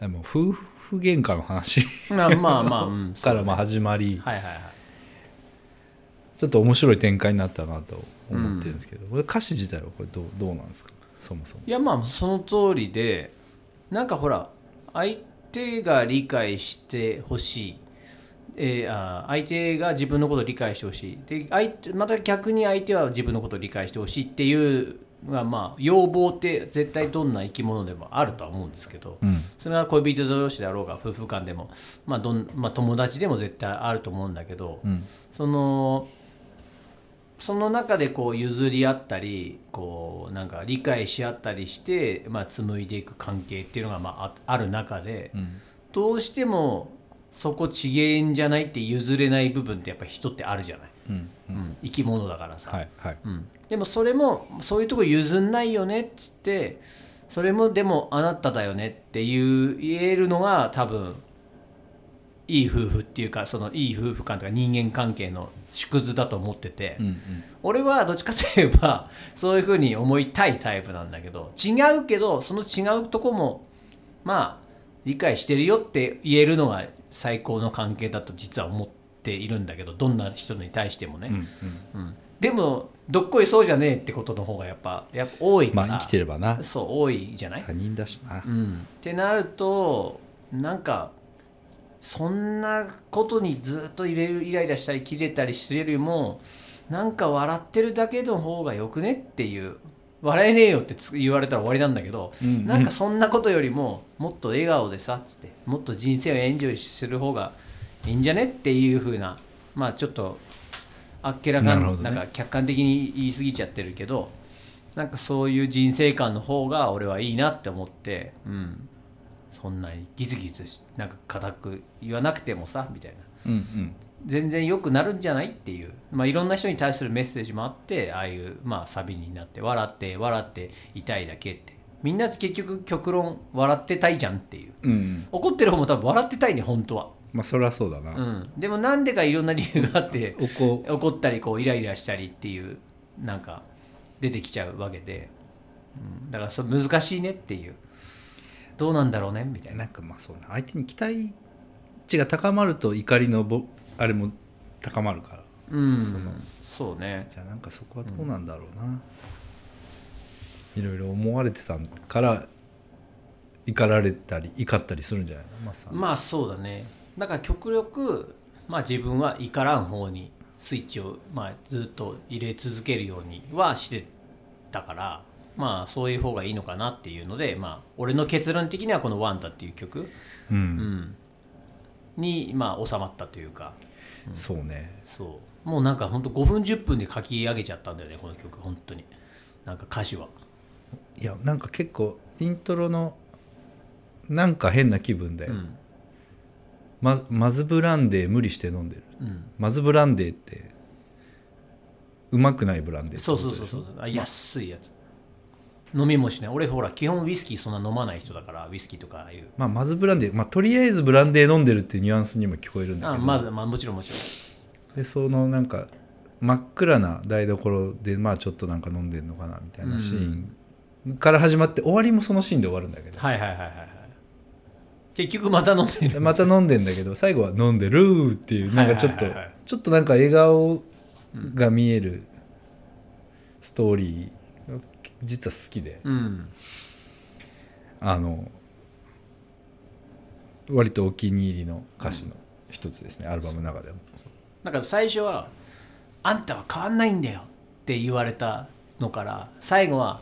Speaker 2: でも夫婦喧嘩の話
Speaker 3: まあまあまあ、うん、そ
Speaker 2: か
Speaker 3: う
Speaker 2: らまあ始まり、
Speaker 3: はいはいはい
Speaker 2: ちょっと面白い展開になったなと思ってるんですけど、これ歌詞自体はこれどうどうなんですかそもそも。
Speaker 3: いやまあその通りでなんかほら相手が理解してほしい、えーあー相手が自分のことを理解してほしいで相手また逆に相手は自分のことを理解してほしいっていうのがまあ要望って絶対どんな生き物でもあるとは思うんですけど、
Speaker 2: うん
Speaker 3: それは恋人同士であろうが夫婦間でも、まあどんまあ、友達でも絶対あると思うんだけど、
Speaker 2: うん
Speaker 3: そのその中でこう譲り合ったりこうなんか理解し合ったりして、まあ、紡いでいく関係っていうのが、まあ、あある中で、
Speaker 2: うん
Speaker 3: どうしてもそこちげえんじゃないって譲れない部分ってやっぱ人ってあるじゃない、
Speaker 2: うん
Speaker 3: う
Speaker 2: う
Speaker 3: んん、生き物だからさ、
Speaker 2: はいはい
Speaker 3: うん、でもそれもそういうとこ譲んないよねっつってそれもでもあなただよねっていう言えるのが多分いい夫婦っていうかそのいい夫婦間とか人間関係の縮図だと思ってて、
Speaker 2: うん
Speaker 3: 俺はどっちかといえばそういうふうに思いたいタイプなんだけど違うけどその違うとこもまあ理解してるよって言えるのが最高の関係だと実は思っているんだけどどんな人に対してもね。
Speaker 2: うんうん
Speaker 3: うんでもどっこいそうじゃねえってことの方がやっぱやっぱ多い
Speaker 2: ま
Speaker 3: か
Speaker 2: あ
Speaker 3: ら
Speaker 2: 生きてればな
Speaker 3: そう多いじゃない、
Speaker 2: 他人だしな
Speaker 3: う。ん、ってなるとなんかそんなことにずっとイライライラしたり切れたりしてるよりもなんか笑ってるだけの方がよくねっていう笑えねえよってつ言われたら終わりなんだけど、
Speaker 2: うん
Speaker 3: なんかそんなことよりももっと笑顔でさっつってもっと人生をエンジョイする方がいいんじゃねっていう風なまあちょっとあっけらか
Speaker 2: なるほ
Speaker 3: ん
Speaker 2: どね
Speaker 3: なんか客観的に言い過ぎちゃってるけどなんかそういう人生観の方が俺はいいなって思って、うん、そんなにギツギツしなんか固く言わなくてもさみたいな
Speaker 2: うんうん
Speaker 3: 全然良くなるんじゃないっていう、まあ、いろんな人に対するメッセージもあってああいう、まあ、サビになって笑って笑って痛いだけってみんな結局極論笑ってたいじゃんっていう
Speaker 2: うんうん
Speaker 3: 怒ってる方も多分笑ってたいね本当は、
Speaker 2: まあそりゃそうだな。
Speaker 3: うん、でもなんでかいろんな理由があって
Speaker 2: おこ
Speaker 3: 怒ったりこうイライラしたりっていうなんか出てきちゃうわけで、うん、だからそれ難しいねっていうどうなんだろうねみたいな
Speaker 2: な
Speaker 3: ん
Speaker 2: かまあそうね相手に期待値が高まると怒りのぼあれも高まるから
Speaker 3: うん
Speaker 2: その
Speaker 3: そうね
Speaker 2: じゃあなんかそこはどうなんだろうな、いろいろ思われてたから怒られたり怒ったりするんじゃないのマスさん
Speaker 3: まあそうだねだから極力、まあ、自分は怒らん方にスイッチを、まあ、ずっと入れ続けるようにはしてたからまあそういう方がいいのかなっていうので、まあ、俺の結論的にはこの「ワンダ」っていう曲、
Speaker 2: うん
Speaker 3: うん、にまあ収まったというか
Speaker 2: そうね
Speaker 3: そうもうなんかほんと5分10分で書き上げちゃったんだよねこの曲本当になんか歌詞はい
Speaker 2: やなんか結構イントロのなんか変な気分で、
Speaker 3: うん
Speaker 2: まマズブランデー無理して飲んでる
Speaker 3: うん
Speaker 2: マズブランデーってうまくないブランデーって
Speaker 3: そ
Speaker 2: こ
Speaker 3: う
Speaker 2: と
Speaker 3: そう
Speaker 2: でし
Speaker 3: そ
Speaker 2: ょ
Speaker 3: うそうあ安いやつ飲みもしない俺ほら基本ウイスキーそんな飲まない人だからウイスキーとかああいう
Speaker 2: まあ、まずブランデー、まあ、とりあえずブランデー飲んでるっていうニュアンスにも聞こえるんだ
Speaker 3: あ
Speaker 2: けど
Speaker 3: まずまあもちろんもちろん
Speaker 2: でそのなんか真っ暗な台所でまあちょっとなんか飲んでんのかなみたいなシーンから始まって終わりもそのシーンで終わるんだけど、
Speaker 3: はいはいはいはいはい結局また飲んで
Speaker 2: で
Speaker 3: る
Speaker 2: また飲んでんだけど最後は「飲んでる」っていうなんかちょっと
Speaker 3: はいはいはいはい
Speaker 2: ちょっとなんか笑顔が見えるストーリーが実は好きで
Speaker 3: うん
Speaker 2: あの割とお気に入りの歌詞の一つですね、アルバムの中でも。
Speaker 3: なんか最初は「あんたは変わんないんだよ」って言われたのから最後は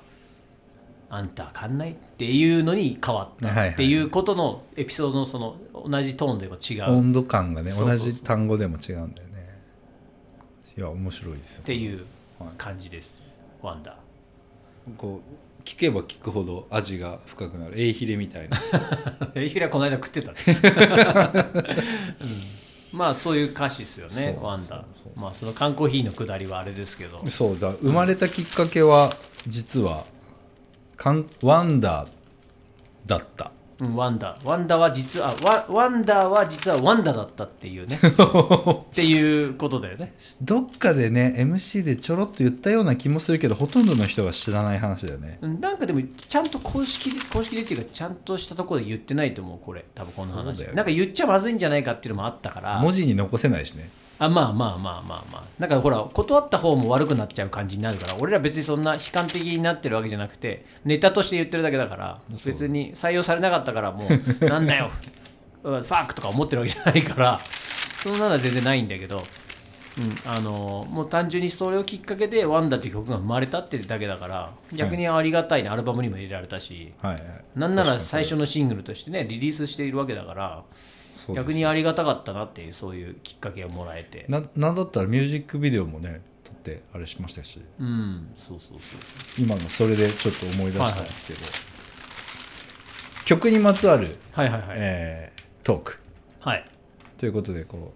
Speaker 3: 「あんたは変わんない」っていうのに変わったっていうことのエピソードのその同じトーンでも違う
Speaker 2: 温度感がね
Speaker 3: そうそうそう
Speaker 2: 同じ単語でも違うんだよねいや面白いですよ
Speaker 3: っていう感じです、ワンダー
Speaker 2: こう聞けば聞くほど味が深くなるエイヒレみたいな
Speaker 3: エイフィラこの間食ってた、ねうんまあそういう歌詞ですよね
Speaker 2: そう
Speaker 3: ワンダ
Speaker 2: そう
Speaker 3: まあその缶コーヒーのくだりはあれですけど
Speaker 2: そうだ生まれたきっかけは実はカンワンダーだ った
Speaker 3: うんワンダワンダは実はワワンダは実はワンダだったっていうね っていうことだよね
Speaker 2: どっかでね MC でちょろっと言ったような気もするけどほとんどの人が知らない話だよね
Speaker 3: うんなんかでもちゃんと公式で公式でっていうかちゃんとしたところで言ってないと思うこれ多分この
Speaker 2: そう
Speaker 3: 話、
Speaker 2: だよね
Speaker 3: なんか言っちゃまずいんじゃないかっていうのもあったから
Speaker 2: 文字に残せないしね
Speaker 3: あまあまあまあまあまあなんかほら断った方も悪くなっちゃう感じになるから俺ら別にそんな悲観的になってるわけじゃなくてネタとして言ってるだけだから
Speaker 2: そう
Speaker 3: 別に採用されなかったからもう なんだようんファックとか思ってるわけじゃないからそんなのは全然ないんだけど、うん、あのもう単純にそれをきっかけで「ワンダ」っていう曲が生まれたってだけだから逆にありがたいねアルバムにも入れられたし、
Speaker 2: はいはい
Speaker 3: なんなら
Speaker 2: 確か
Speaker 3: 最
Speaker 2: に
Speaker 3: 初のシングルとしてねリリースしているわけだから
Speaker 2: そうです
Speaker 3: 逆にありがたかったなっていうそういうきっかけをもらえて。
Speaker 2: ななんだったらミュージックビデオもね撮ってあれしましたし
Speaker 3: うん、そうそうそう。
Speaker 2: 今のそれでちょっと思い出した
Speaker 3: は
Speaker 2: ん
Speaker 3: いはい
Speaker 2: ですけど、曲にまつわる、
Speaker 3: はいはいはい。
Speaker 2: えートーク
Speaker 3: はい。
Speaker 2: ということでこ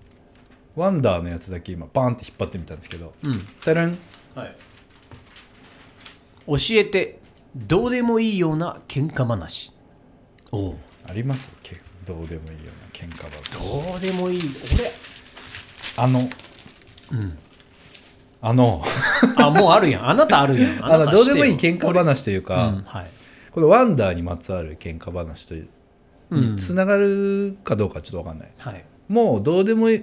Speaker 2: うワンダーのやつだけ今バーンって引っ張ってみたんですけど
Speaker 3: うん。
Speaker 2: 「タラン
Speaker 3: はい。教えて、どうでもいいような喧嘩話。おう。
Speaker 2: ありますけどうでもいいような喧嘩は
Speaker 3: どうでもいい。
Speaker 2: あの
Speaker 3: 俺。うん。
Speaker 2: あの
Speaker 3: あ、もうあるやん。あなたあるやん。
Speaker 2: あの
Speaker 3: なた
Speaker 2: どう
Speaker 3: して
Speaker 2: で
Speaker 3: よ
Speaker 2: もいい喧嘩話というか、
Speaker 3: うん、はい。
Speaker 2: このワンダーにまつわる喧嘩話という
Speaker 3: うん
Speaker 2: につながるかどうかちょっと分かんない、
Speaker 3: はい。
Speaker 2: もうどうでもい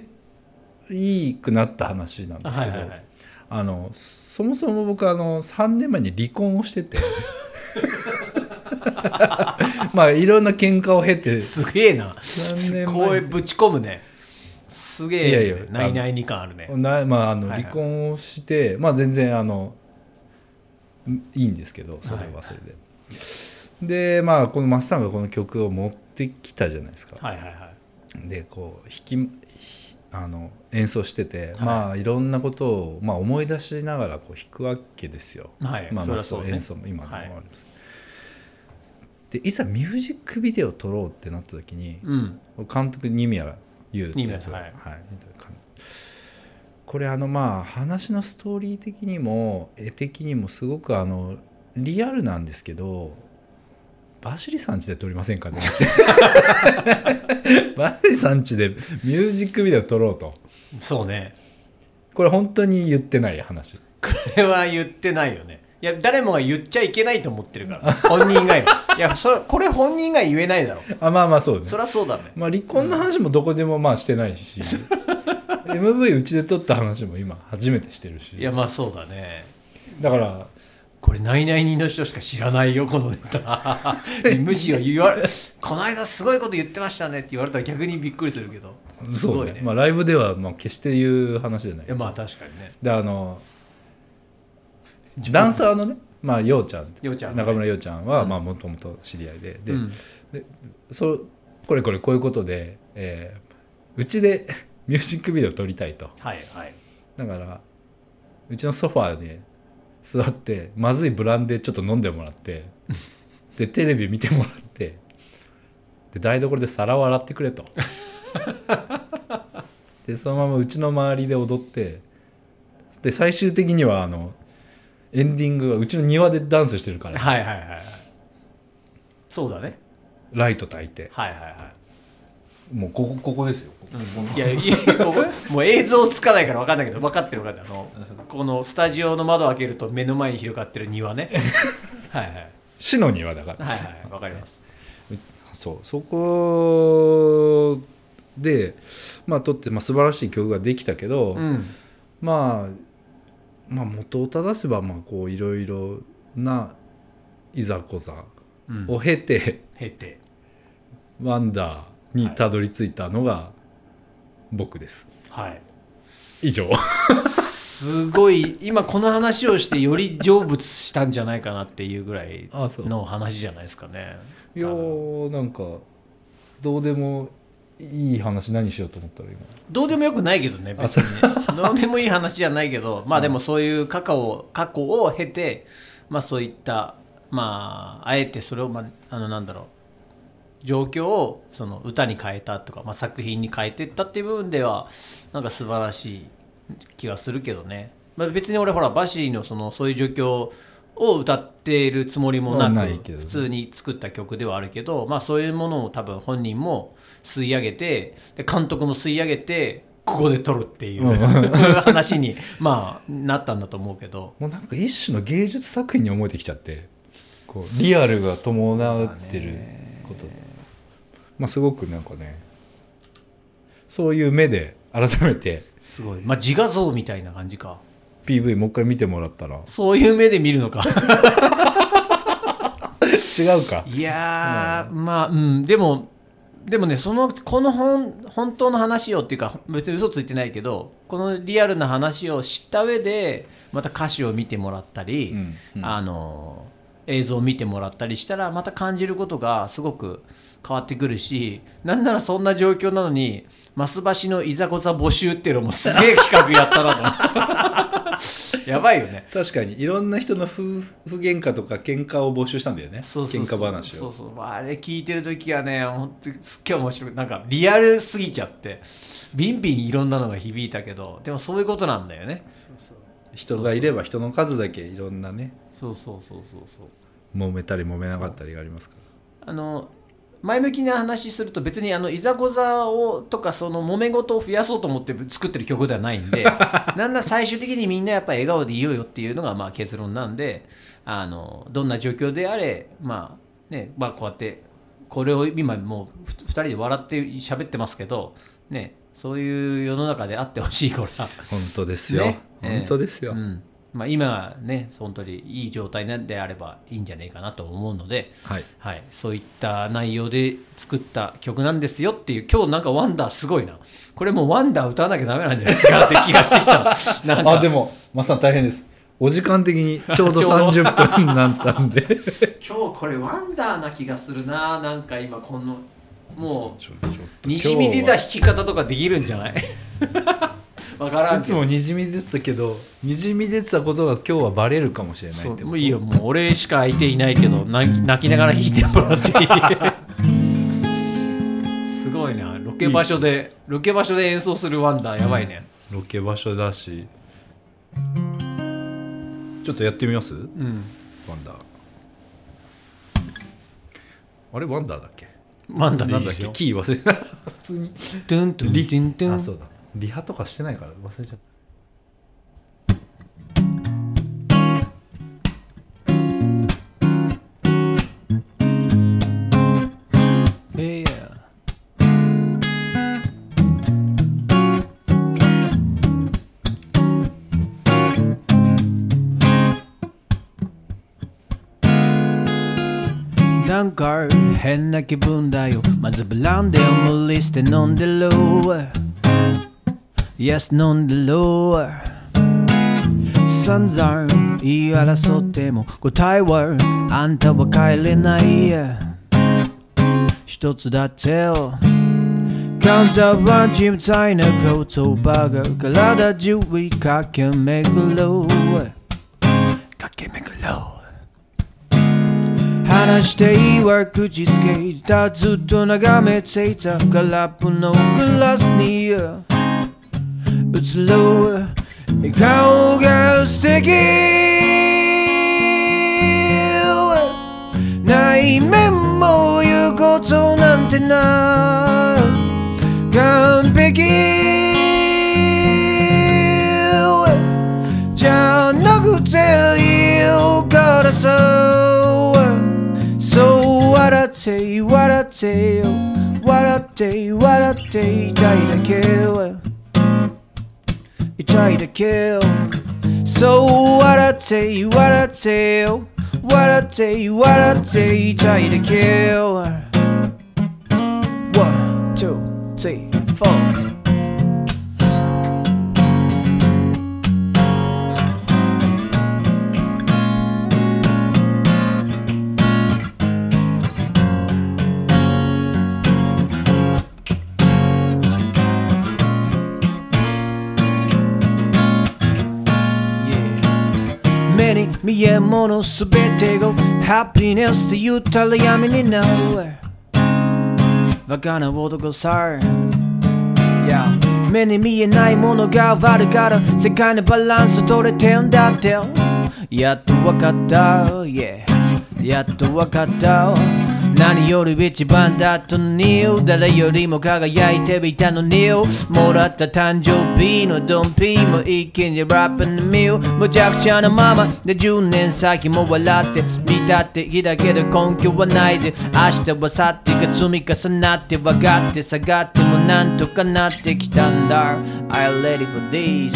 Speaker 2: いくなった話なん
Speaker 3: あ
Speaker 2: です
Speaker 3: は
Speaker 2: け
Speaker 3: い
Speaker 2: ど、
Speaker 3: はいはい。
Speaker 2: あのそもそも僕あの3年前に離婚をしてて まあいろんな喧嘩を経て
Speaker 3: すげえな。
Speaker 2: 3年
Speaker 3: こ
Speaker 2: 前
Speaker 3: う
Speaker 2: に
Speaker 3: ぶち込むね。すげえ。
Speaker 2: いやいや
Speaker 3: ないないに感あるね。
Speaker 2: なまああ
Speaker 3: は
Speaker 2: の
Speaker 3: いはい
Speaker 2: 離婚をして、まあ全然あのんいいんですけどそれはそれで、でまあこのマスさんがこの曲を持ってきたじゃないですか、
Speaker 3: はいはいはい。
Speaker 2: でこう弾きひあの演奏して
Speaker 3: は
Speaker 2: て、
Speaker 3: い
Speaker 2: まあいろんなことを、まあ、思い出しながらこう弾くわけですよ、
Speaker 3: はい
Speaker 2: まあ、
Speaker 3: そ
Speaker 2: ま
Speaker 3: り
Speaker 2: あ
Speaker 3: ゃそう
Speaker 2: そう
Speaker 3: ね
Speaker 2: 演奏も今のも
Speaker 3: は
Speaker 2: あ
Speaker 3: い
Speaker 2: ります、でいざミュージックビデオ撮ろうってなった時に、
Speaker 3: うん。
Speaker 2: 監督二宮優って
Speaker 3: 二
Speaker 2: やつ
Speaker 3: 宮さんはい
Speaker 2: これあのまあ話のストーリー的にも絵的にもすごくあのリアルなんですけどバシリさんちで撮りませんかね ってバシリさんちでミュージックビデオ撮ろうと
Speaker 3: そうね。
Speaker 2: これ本当に言ってない話
Speaker 3: これは言ってないよね。いや誰もが言っちゃいけないと思ってるから本人以外はいやそこれ本人以外言えないだろ
Speaker 2: あまあまあそうね
Speaker 3: そりゃそうだね
Speaker 2: まあ離婚の話もどこでもまあしてない し MV うちで撮った話も今初めてしてるし
Speaker 3: いやまあそうだね
Speaker 2: だから
Speaker 3: これ何々人の人しか知らないよこのネ タむしろ言われこの間すごいこと言ってましたねって言われたら逆にびっくりするけどす
Speaker 2: そ
Speaker 3: ご
Speaker 2: う
Speaker 3: い
Speaker 2: ね
Speaker 3: ね
Speaker 2: まあ、ライブではまあ決して言う話じゃない
Speaker 3: いやまあ確かにね
Speaker 2: であのダンサーのねまあようちゃん
Speaker 3: ようちゃんね
Speaker 2: 中村ようちゃんは
Speaker 3: うん
Speaker 2: まあもともと知り合いでで、
Speaker 3: うん
Speaker 2: そうこれこれこういうことで、えーうちで ミュージックビデオ撮りたいと
Speaker 3: はいはい
Speaker 2: だからうちのソファーで座ってまずいブランデーちょっと飲んでも らってでテレビ見てもらってで台所で皿を洗ってく れとでそのままうちの周りで踊ってで最終的にはあのエンディングはうちの庭でダンスしてるから
Speaker 3: はいはいはいはいそうだね
Speaker 2: ライト焚いて
Speaker 3: はいはいはい
Speaker 2: もうここここですよ
Speaker 3: いやいいここもう映像つかないから分かんないけど分かってる分かってるあのこのスタジオの窓を開けると目の前に広がってる庭ねはいはい
Speaker 2: 市の庭だから、
Speaker 3: はいはい分かります
Speaker 2: そうそこでまあ撮って、まあ、素晴らしい曲ができたけど、
Speaker 3: うん
Speaker 2: まあまあ元を正せばまあこういろいろないざこざ
Speaker 3: うん
Speaker 2: を経て、
Speaker 3: 経て
Speaker 2: ワンダーにたどり着いたのが僕です、
Speaker 3: はい
Speaker 2: 以上
Speaker 3: すごい今この話をしてより成仏したんじゃないかなっていうぐらい
Speaker 2: あ そう
Speaker 3: の話じゃないですかね
Speaker 2: いやーなんかどうでもいい話何しようと思ったら今
Speaker 3: どうでもよくないけどね別にどうでもいい話じゃないけどまあでもそういう過去を過去を経てまあそういったまああえてそれを、まあ、あのなんだろう状況をその歌に変えたとか、まあ、作品に変えてったっていう部分ではなんか素晴らしい気はするけどね、まあ、別に俺ほらバシーのそのそういう状況を歌っているつもりもなく
Speaker 2: まあないけどね
Speaker 3: 普通に作った曲ではあるけど、まあ、そういうものを多分本人も吸い上げてで監督も吸い上げてここで撮るっていう、
Speaker 2: うん
Speaker 3: 話に、まあ、なったんだと思うけど
Speaker 2: もうなんか一種の芸術作品に思えてきちゃってこうリアルが伴ってることで、まあすごくなんかねそういう目で改めて
Speaker 3: すごい、まあ、自画像みたいな感じか
Speaker 2: PV もう一回見てもらったら
Speaker 3: そういう目で見るのか
Speaker 2: 違うか
Speaker 3: いやーまあうんでもでもねそのこの本本当の話をっていうか別に嘘ついてないけどこのリアルな話を知った上でまた歌詞を見てもらったり、
Speaker 2: うんうん
Speaker 3: あの映像を見てもらったりしたらまた感じることがすごく変わってくるしなんならそんな状況なのに増橋のいざこざ募集っていうのもすげえ企画やったな とやばいよね
Speaker 2: 確かにいろんな人の夫婦喧嘩とか喧嘩を募集したんだよね
Speaker 3: そうそうそう
Speaker 2: 喧嘩話を
Speaker 3: そうそうまああれ聞いてる時はね本当にすっげえ面白いなんかリアルすぎちゃってビンビンいろんなのが響いたけどでもそういうことなんだよね
Speaker 2: 人がいれば人の数だけいろんなね
Speaker 3: そうそうそうそうそう
Speaker 2: 揉めたり揉めなかったりがありますか
Speaker 3: あの前向きな話すると別にあのいざこざをとかその揉め事を増やそうと思って作ってる曲ではないん でなんなら最終的にみんなやっぱ笑顔でいようよっていうのがまあ結論なんであのどんな状況であれまあねまあこうやってこれを今もう2人で笑って喋ってますけどねそういう世の中であってほしいから。
Speaker 2: ら本当ですよ、
Speaker 3: ね
Speaker 2: 本当ですよ、
Speaker 3: ええうんまあ、今ね本当にいい状態なんであればいいんじゃないかなと思うので、
Speaker 2: はい
Speaker 3: はい、そういった内容で作った曲なんですよっていう今日なんか「ワンダーすごいなこれもう「ワンダー歌わなきゃダメなんじゃないかな って気がしてきたなんか
Speaker 2: あでもマスさん大変ですお時間的にちょうど
Speaker 3: ちょうど
Speaker 2: 30分になったんで
Speaker 3: 今日これ「ワンダーな気がするななんか今このもう
Speaker 2: 今
Speaker 3: に
Speaker 2: 日は
Speaker 3: じみ出た弾き方とかできるんじゃない わからん
Speaker 2: い
Speaker 3: け
Speaker 2: つ
Speaker 3: ど
Speaker 2: もにじみ出てたけどにじみ出てたことが今日はバレるかもしれないって
Speaker 3: そ
Speaker 2: こ
Speaker 3: う
Speaker 2: と
Speaker 3: もういいよもう俺しか空いていないけど泣き泣きながら弾いてもら っていいすごいなロケ場所でロケ場所で演奏するワンダーやばいね
Speaker 2: ロケ場所だしちょっとやってみます
Speaker 3: うん、
Speaker 2: ワンダーあれワンダーだっけ
Speaker 3: ワンダー
Speaker 2: な
Speaker 3: なんん
Speaker 2: だ
Speaker 3: だ
Speaker 2: っ
Speaker 3: っ
Speaker 2: け
Speaker 3: け
Speaker 2: キー忘れた普通に
Speaker 3: トゥントゥン
Speaker 2: リ
Speaker 3: トゥントゥン
Speaker 2: あそうだリハとかしてないから忘れちゃっ
Speaker 3: なんか変な気分だよまずブランデーを無理して飲んでろ Yes 飲んでろ散々言い争っても答えはあんたは帰れない一つだってよ簡単は自在な言葉が体中追駆け巡ろう駆け巡ろう話していいわ口つけたずっと眺めていた空っぽのグラスに映ろう笑顔が素敵内面も言うことなんてな完璧じゃなくていいからさそう笑って笑ってよ笑って笑って痛いだけ痛いだけそう笑って笑ってよ笑って笑って痛いだけ One, two, three, four 目に見え物すべてがハピネスと言ったら闇になるバカな男さ Yeah 目に見えないものが悪るから世界のバランス取れてんだってやっとわかった Yeah やっとわかった何より一番だとに誰よりも輝いていたのにもらった誕生日のドンピーも一気にラップのミューむちゃくちゃなままで10年先も笑って見たっていいだけど根拠はないぜ明日は去ってが積み重なって分かって下がってもなんとかなってきたんだ I ready for this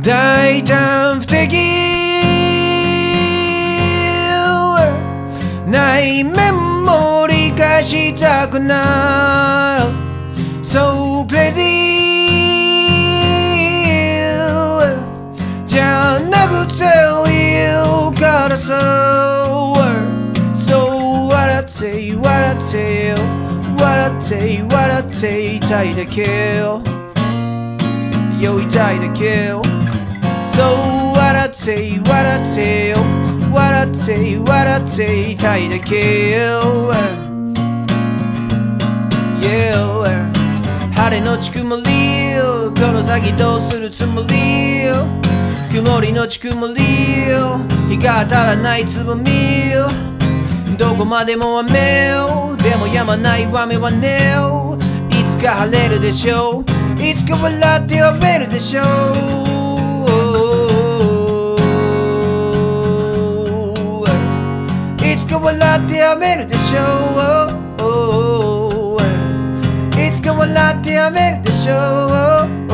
Speaker 3: 大胆不敵内面も理解したくない So crazy じゃなくていいからさ So 笑って笑ってよ笑って笑って痛いだけよよ痛いだけよ So 笑って笑ってよ笑って笑って痛いだけよ Yeah 晴れのち曇りよこの先どうするつもりよ曇りのち曇りよ日が当たらないつぼみよどこまでも雨よでも止まない雨はねよいつか晴れるでしょういつか笑って呼べるでしょういつか笑ってやめるでしょういつか笑ってやめるでしょう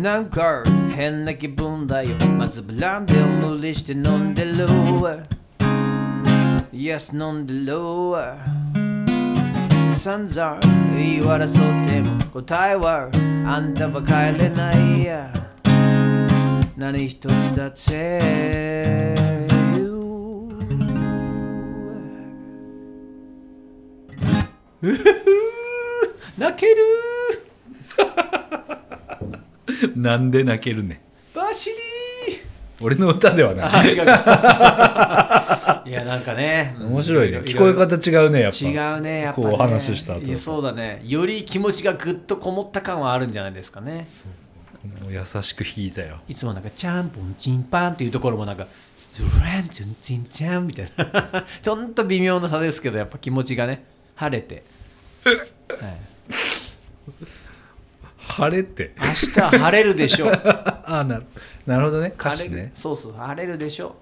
Speaker 3: なんか変な気分だよまずブランデーを無理して飲んでろ Yes 飲んでろ散々言い争っても答えはあんたは帰れない何一つだって うふふ泣ける
Speaker 2: なんで泣けるね
Speaker 3: バシリ
Speaker 2: 俺の歌ではな
Speaker 4: あ
Speaker 2: い
Speaker 4: 違うか いやなんかね
Speaker 2: 面白いね
Speaker 4: ろ
Speaker 2: 聞
Speaker 4: ろ
Speaker 2: こえ方違うねやっぱ
Speaker 3: 違うねやっぱね
Speaker 2: こうお話しした後
Speaker 4: いやそうだねより気持ちがぐっとこもった感はあるんじゃないですかね
Speaker 2: もう優しく弾いたよ
Speaker 4: いつもなんかちゃんぽんちんぱんっていうところもなんかズランチュンチンちゃんみたいな ちょっと微妙な差ですけどやっぱ気持ちがね晴れて、はい、
Speaker 2: 晴れて
Speaker 4: 明日晴れるでしょう
Speaker 2: ああなるなるほどね 歌
Speaker 4: 晴
Speaker 2: 詞
Speaker 4: れる
Speaker 2: ね
Speaker 4: そうそう晴れるでしょう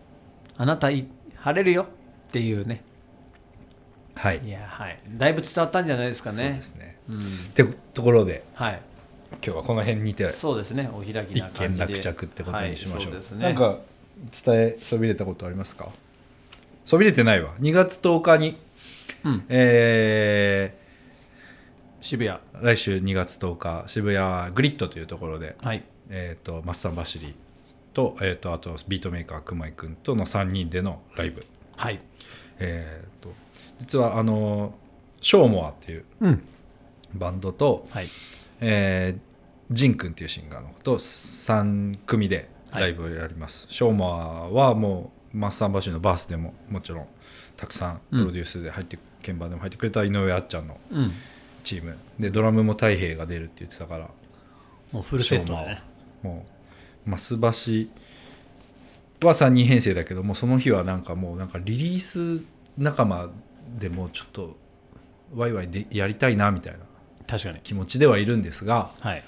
Speaker 4: あなたい晴れるよっていうね
Speaker 2: はい
Speaker 4: いやはいだいぶ伝わったんじゃないですか
Speaker 2: そう
Speaker 4: ね
Speaker 2: ですね
Speaker 4: うん
Speaker 2: ってところで
Speaker 4: はい
Speaker 2: 今日はこの辺にて
Speaker 3: そうですねお開き
Speaker 2: 一
Speaker 3: な感
Speaker 2: 見
Speaker 3: じで
Speaker 2: 落着ってことにしましょう,、
Speaker 3: はいそうですね
Speaker 2: なんか伝えそびれたことありますかそびれてないわ2月10日に
Speaker 3: うん、
Speaker 2: え
Speaker 3: 渋谷
Speaker 2: ー来週2月10日渋谷グリッドというところで、
Speaker 3: はい
Speaker 2: えー、とマッサン走りと,、えー、とあとビートメーカー熊井君との3人でのライブ、
Speaker 3: はい
Speaker 2: えー、と実はあのショーモアっていう
Speaker 3: うん
Speaker 2: バンドと、
Speaker 3: はい
Speaker 2: えージン君っていうシンガーの子と3組でライブをやります、ショーマーはもうマッサンバシのバースでももちろんたくさんプロデュースで入って、鍵盤でも入ってくれた井上あっちゃんの
Speaker 3: うん
Speaker 2: チームでドラムも太平が出るって言ってたから
Speaker 3: もうフルセットだね
Speaker 2: もうマスバシは3人編成だけどもうその日はなんかもうなんかリリース仲間でもうちょっとワイワイでやりたいなみたいな
Speaker 3: 確かに
Speaker 2: 気持ちではいるんですが、
Speaker 3: はい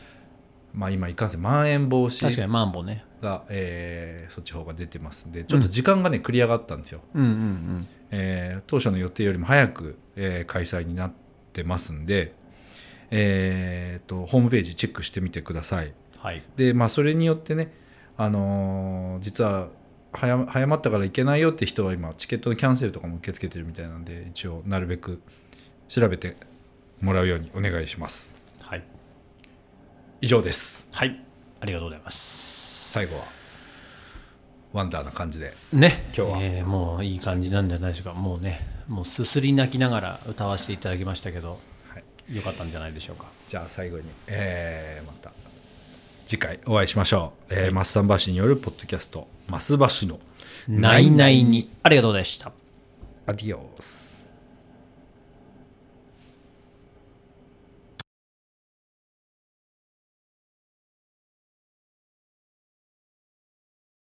Speaker 2: まあ、今いかんせんまん延防止
Speaker 3: 確かにマンボね
Speaker 2: が、えーそっちの方が出てますんでちょっと時間がね、繰り上がったんですよ、
Speaker 3: うんうんうん
Speaker 2: えー当初の予定よりも早く、えー開催になってますんで、えーとホームページチェックしてみてください
Speaker 3: はい
Speaker 2: でまあそれによってねあのー実は早早まったから行けないよって人は今チケットのキャンセルとかも受け付けてるみたいなんで一応なるべく調べてもらうようにお願いします
Speaker 3: はい
Speaker 2: 以上です
Speaker 3: はいありがとうございます
Speaker 2: 最後はワンダーな感じで
Speaker 3: ね
Speaker 2: 今日は
Speaker 3: えーもういい感じなんじゃないでしょうかもうねもうすすり泣きながら歌わせていただきましたけど
Speaker 2: はい
Speaker 3: よかったんじゃないでしょうか
Speaker 2: じゃあ最後に、えーまた次回お会いしましょう、えーマッサンバシによるポッドキャスト「マスバシの
Speaker 3: 「ないないに」ありがとうございました
Speaker 2: アディオス」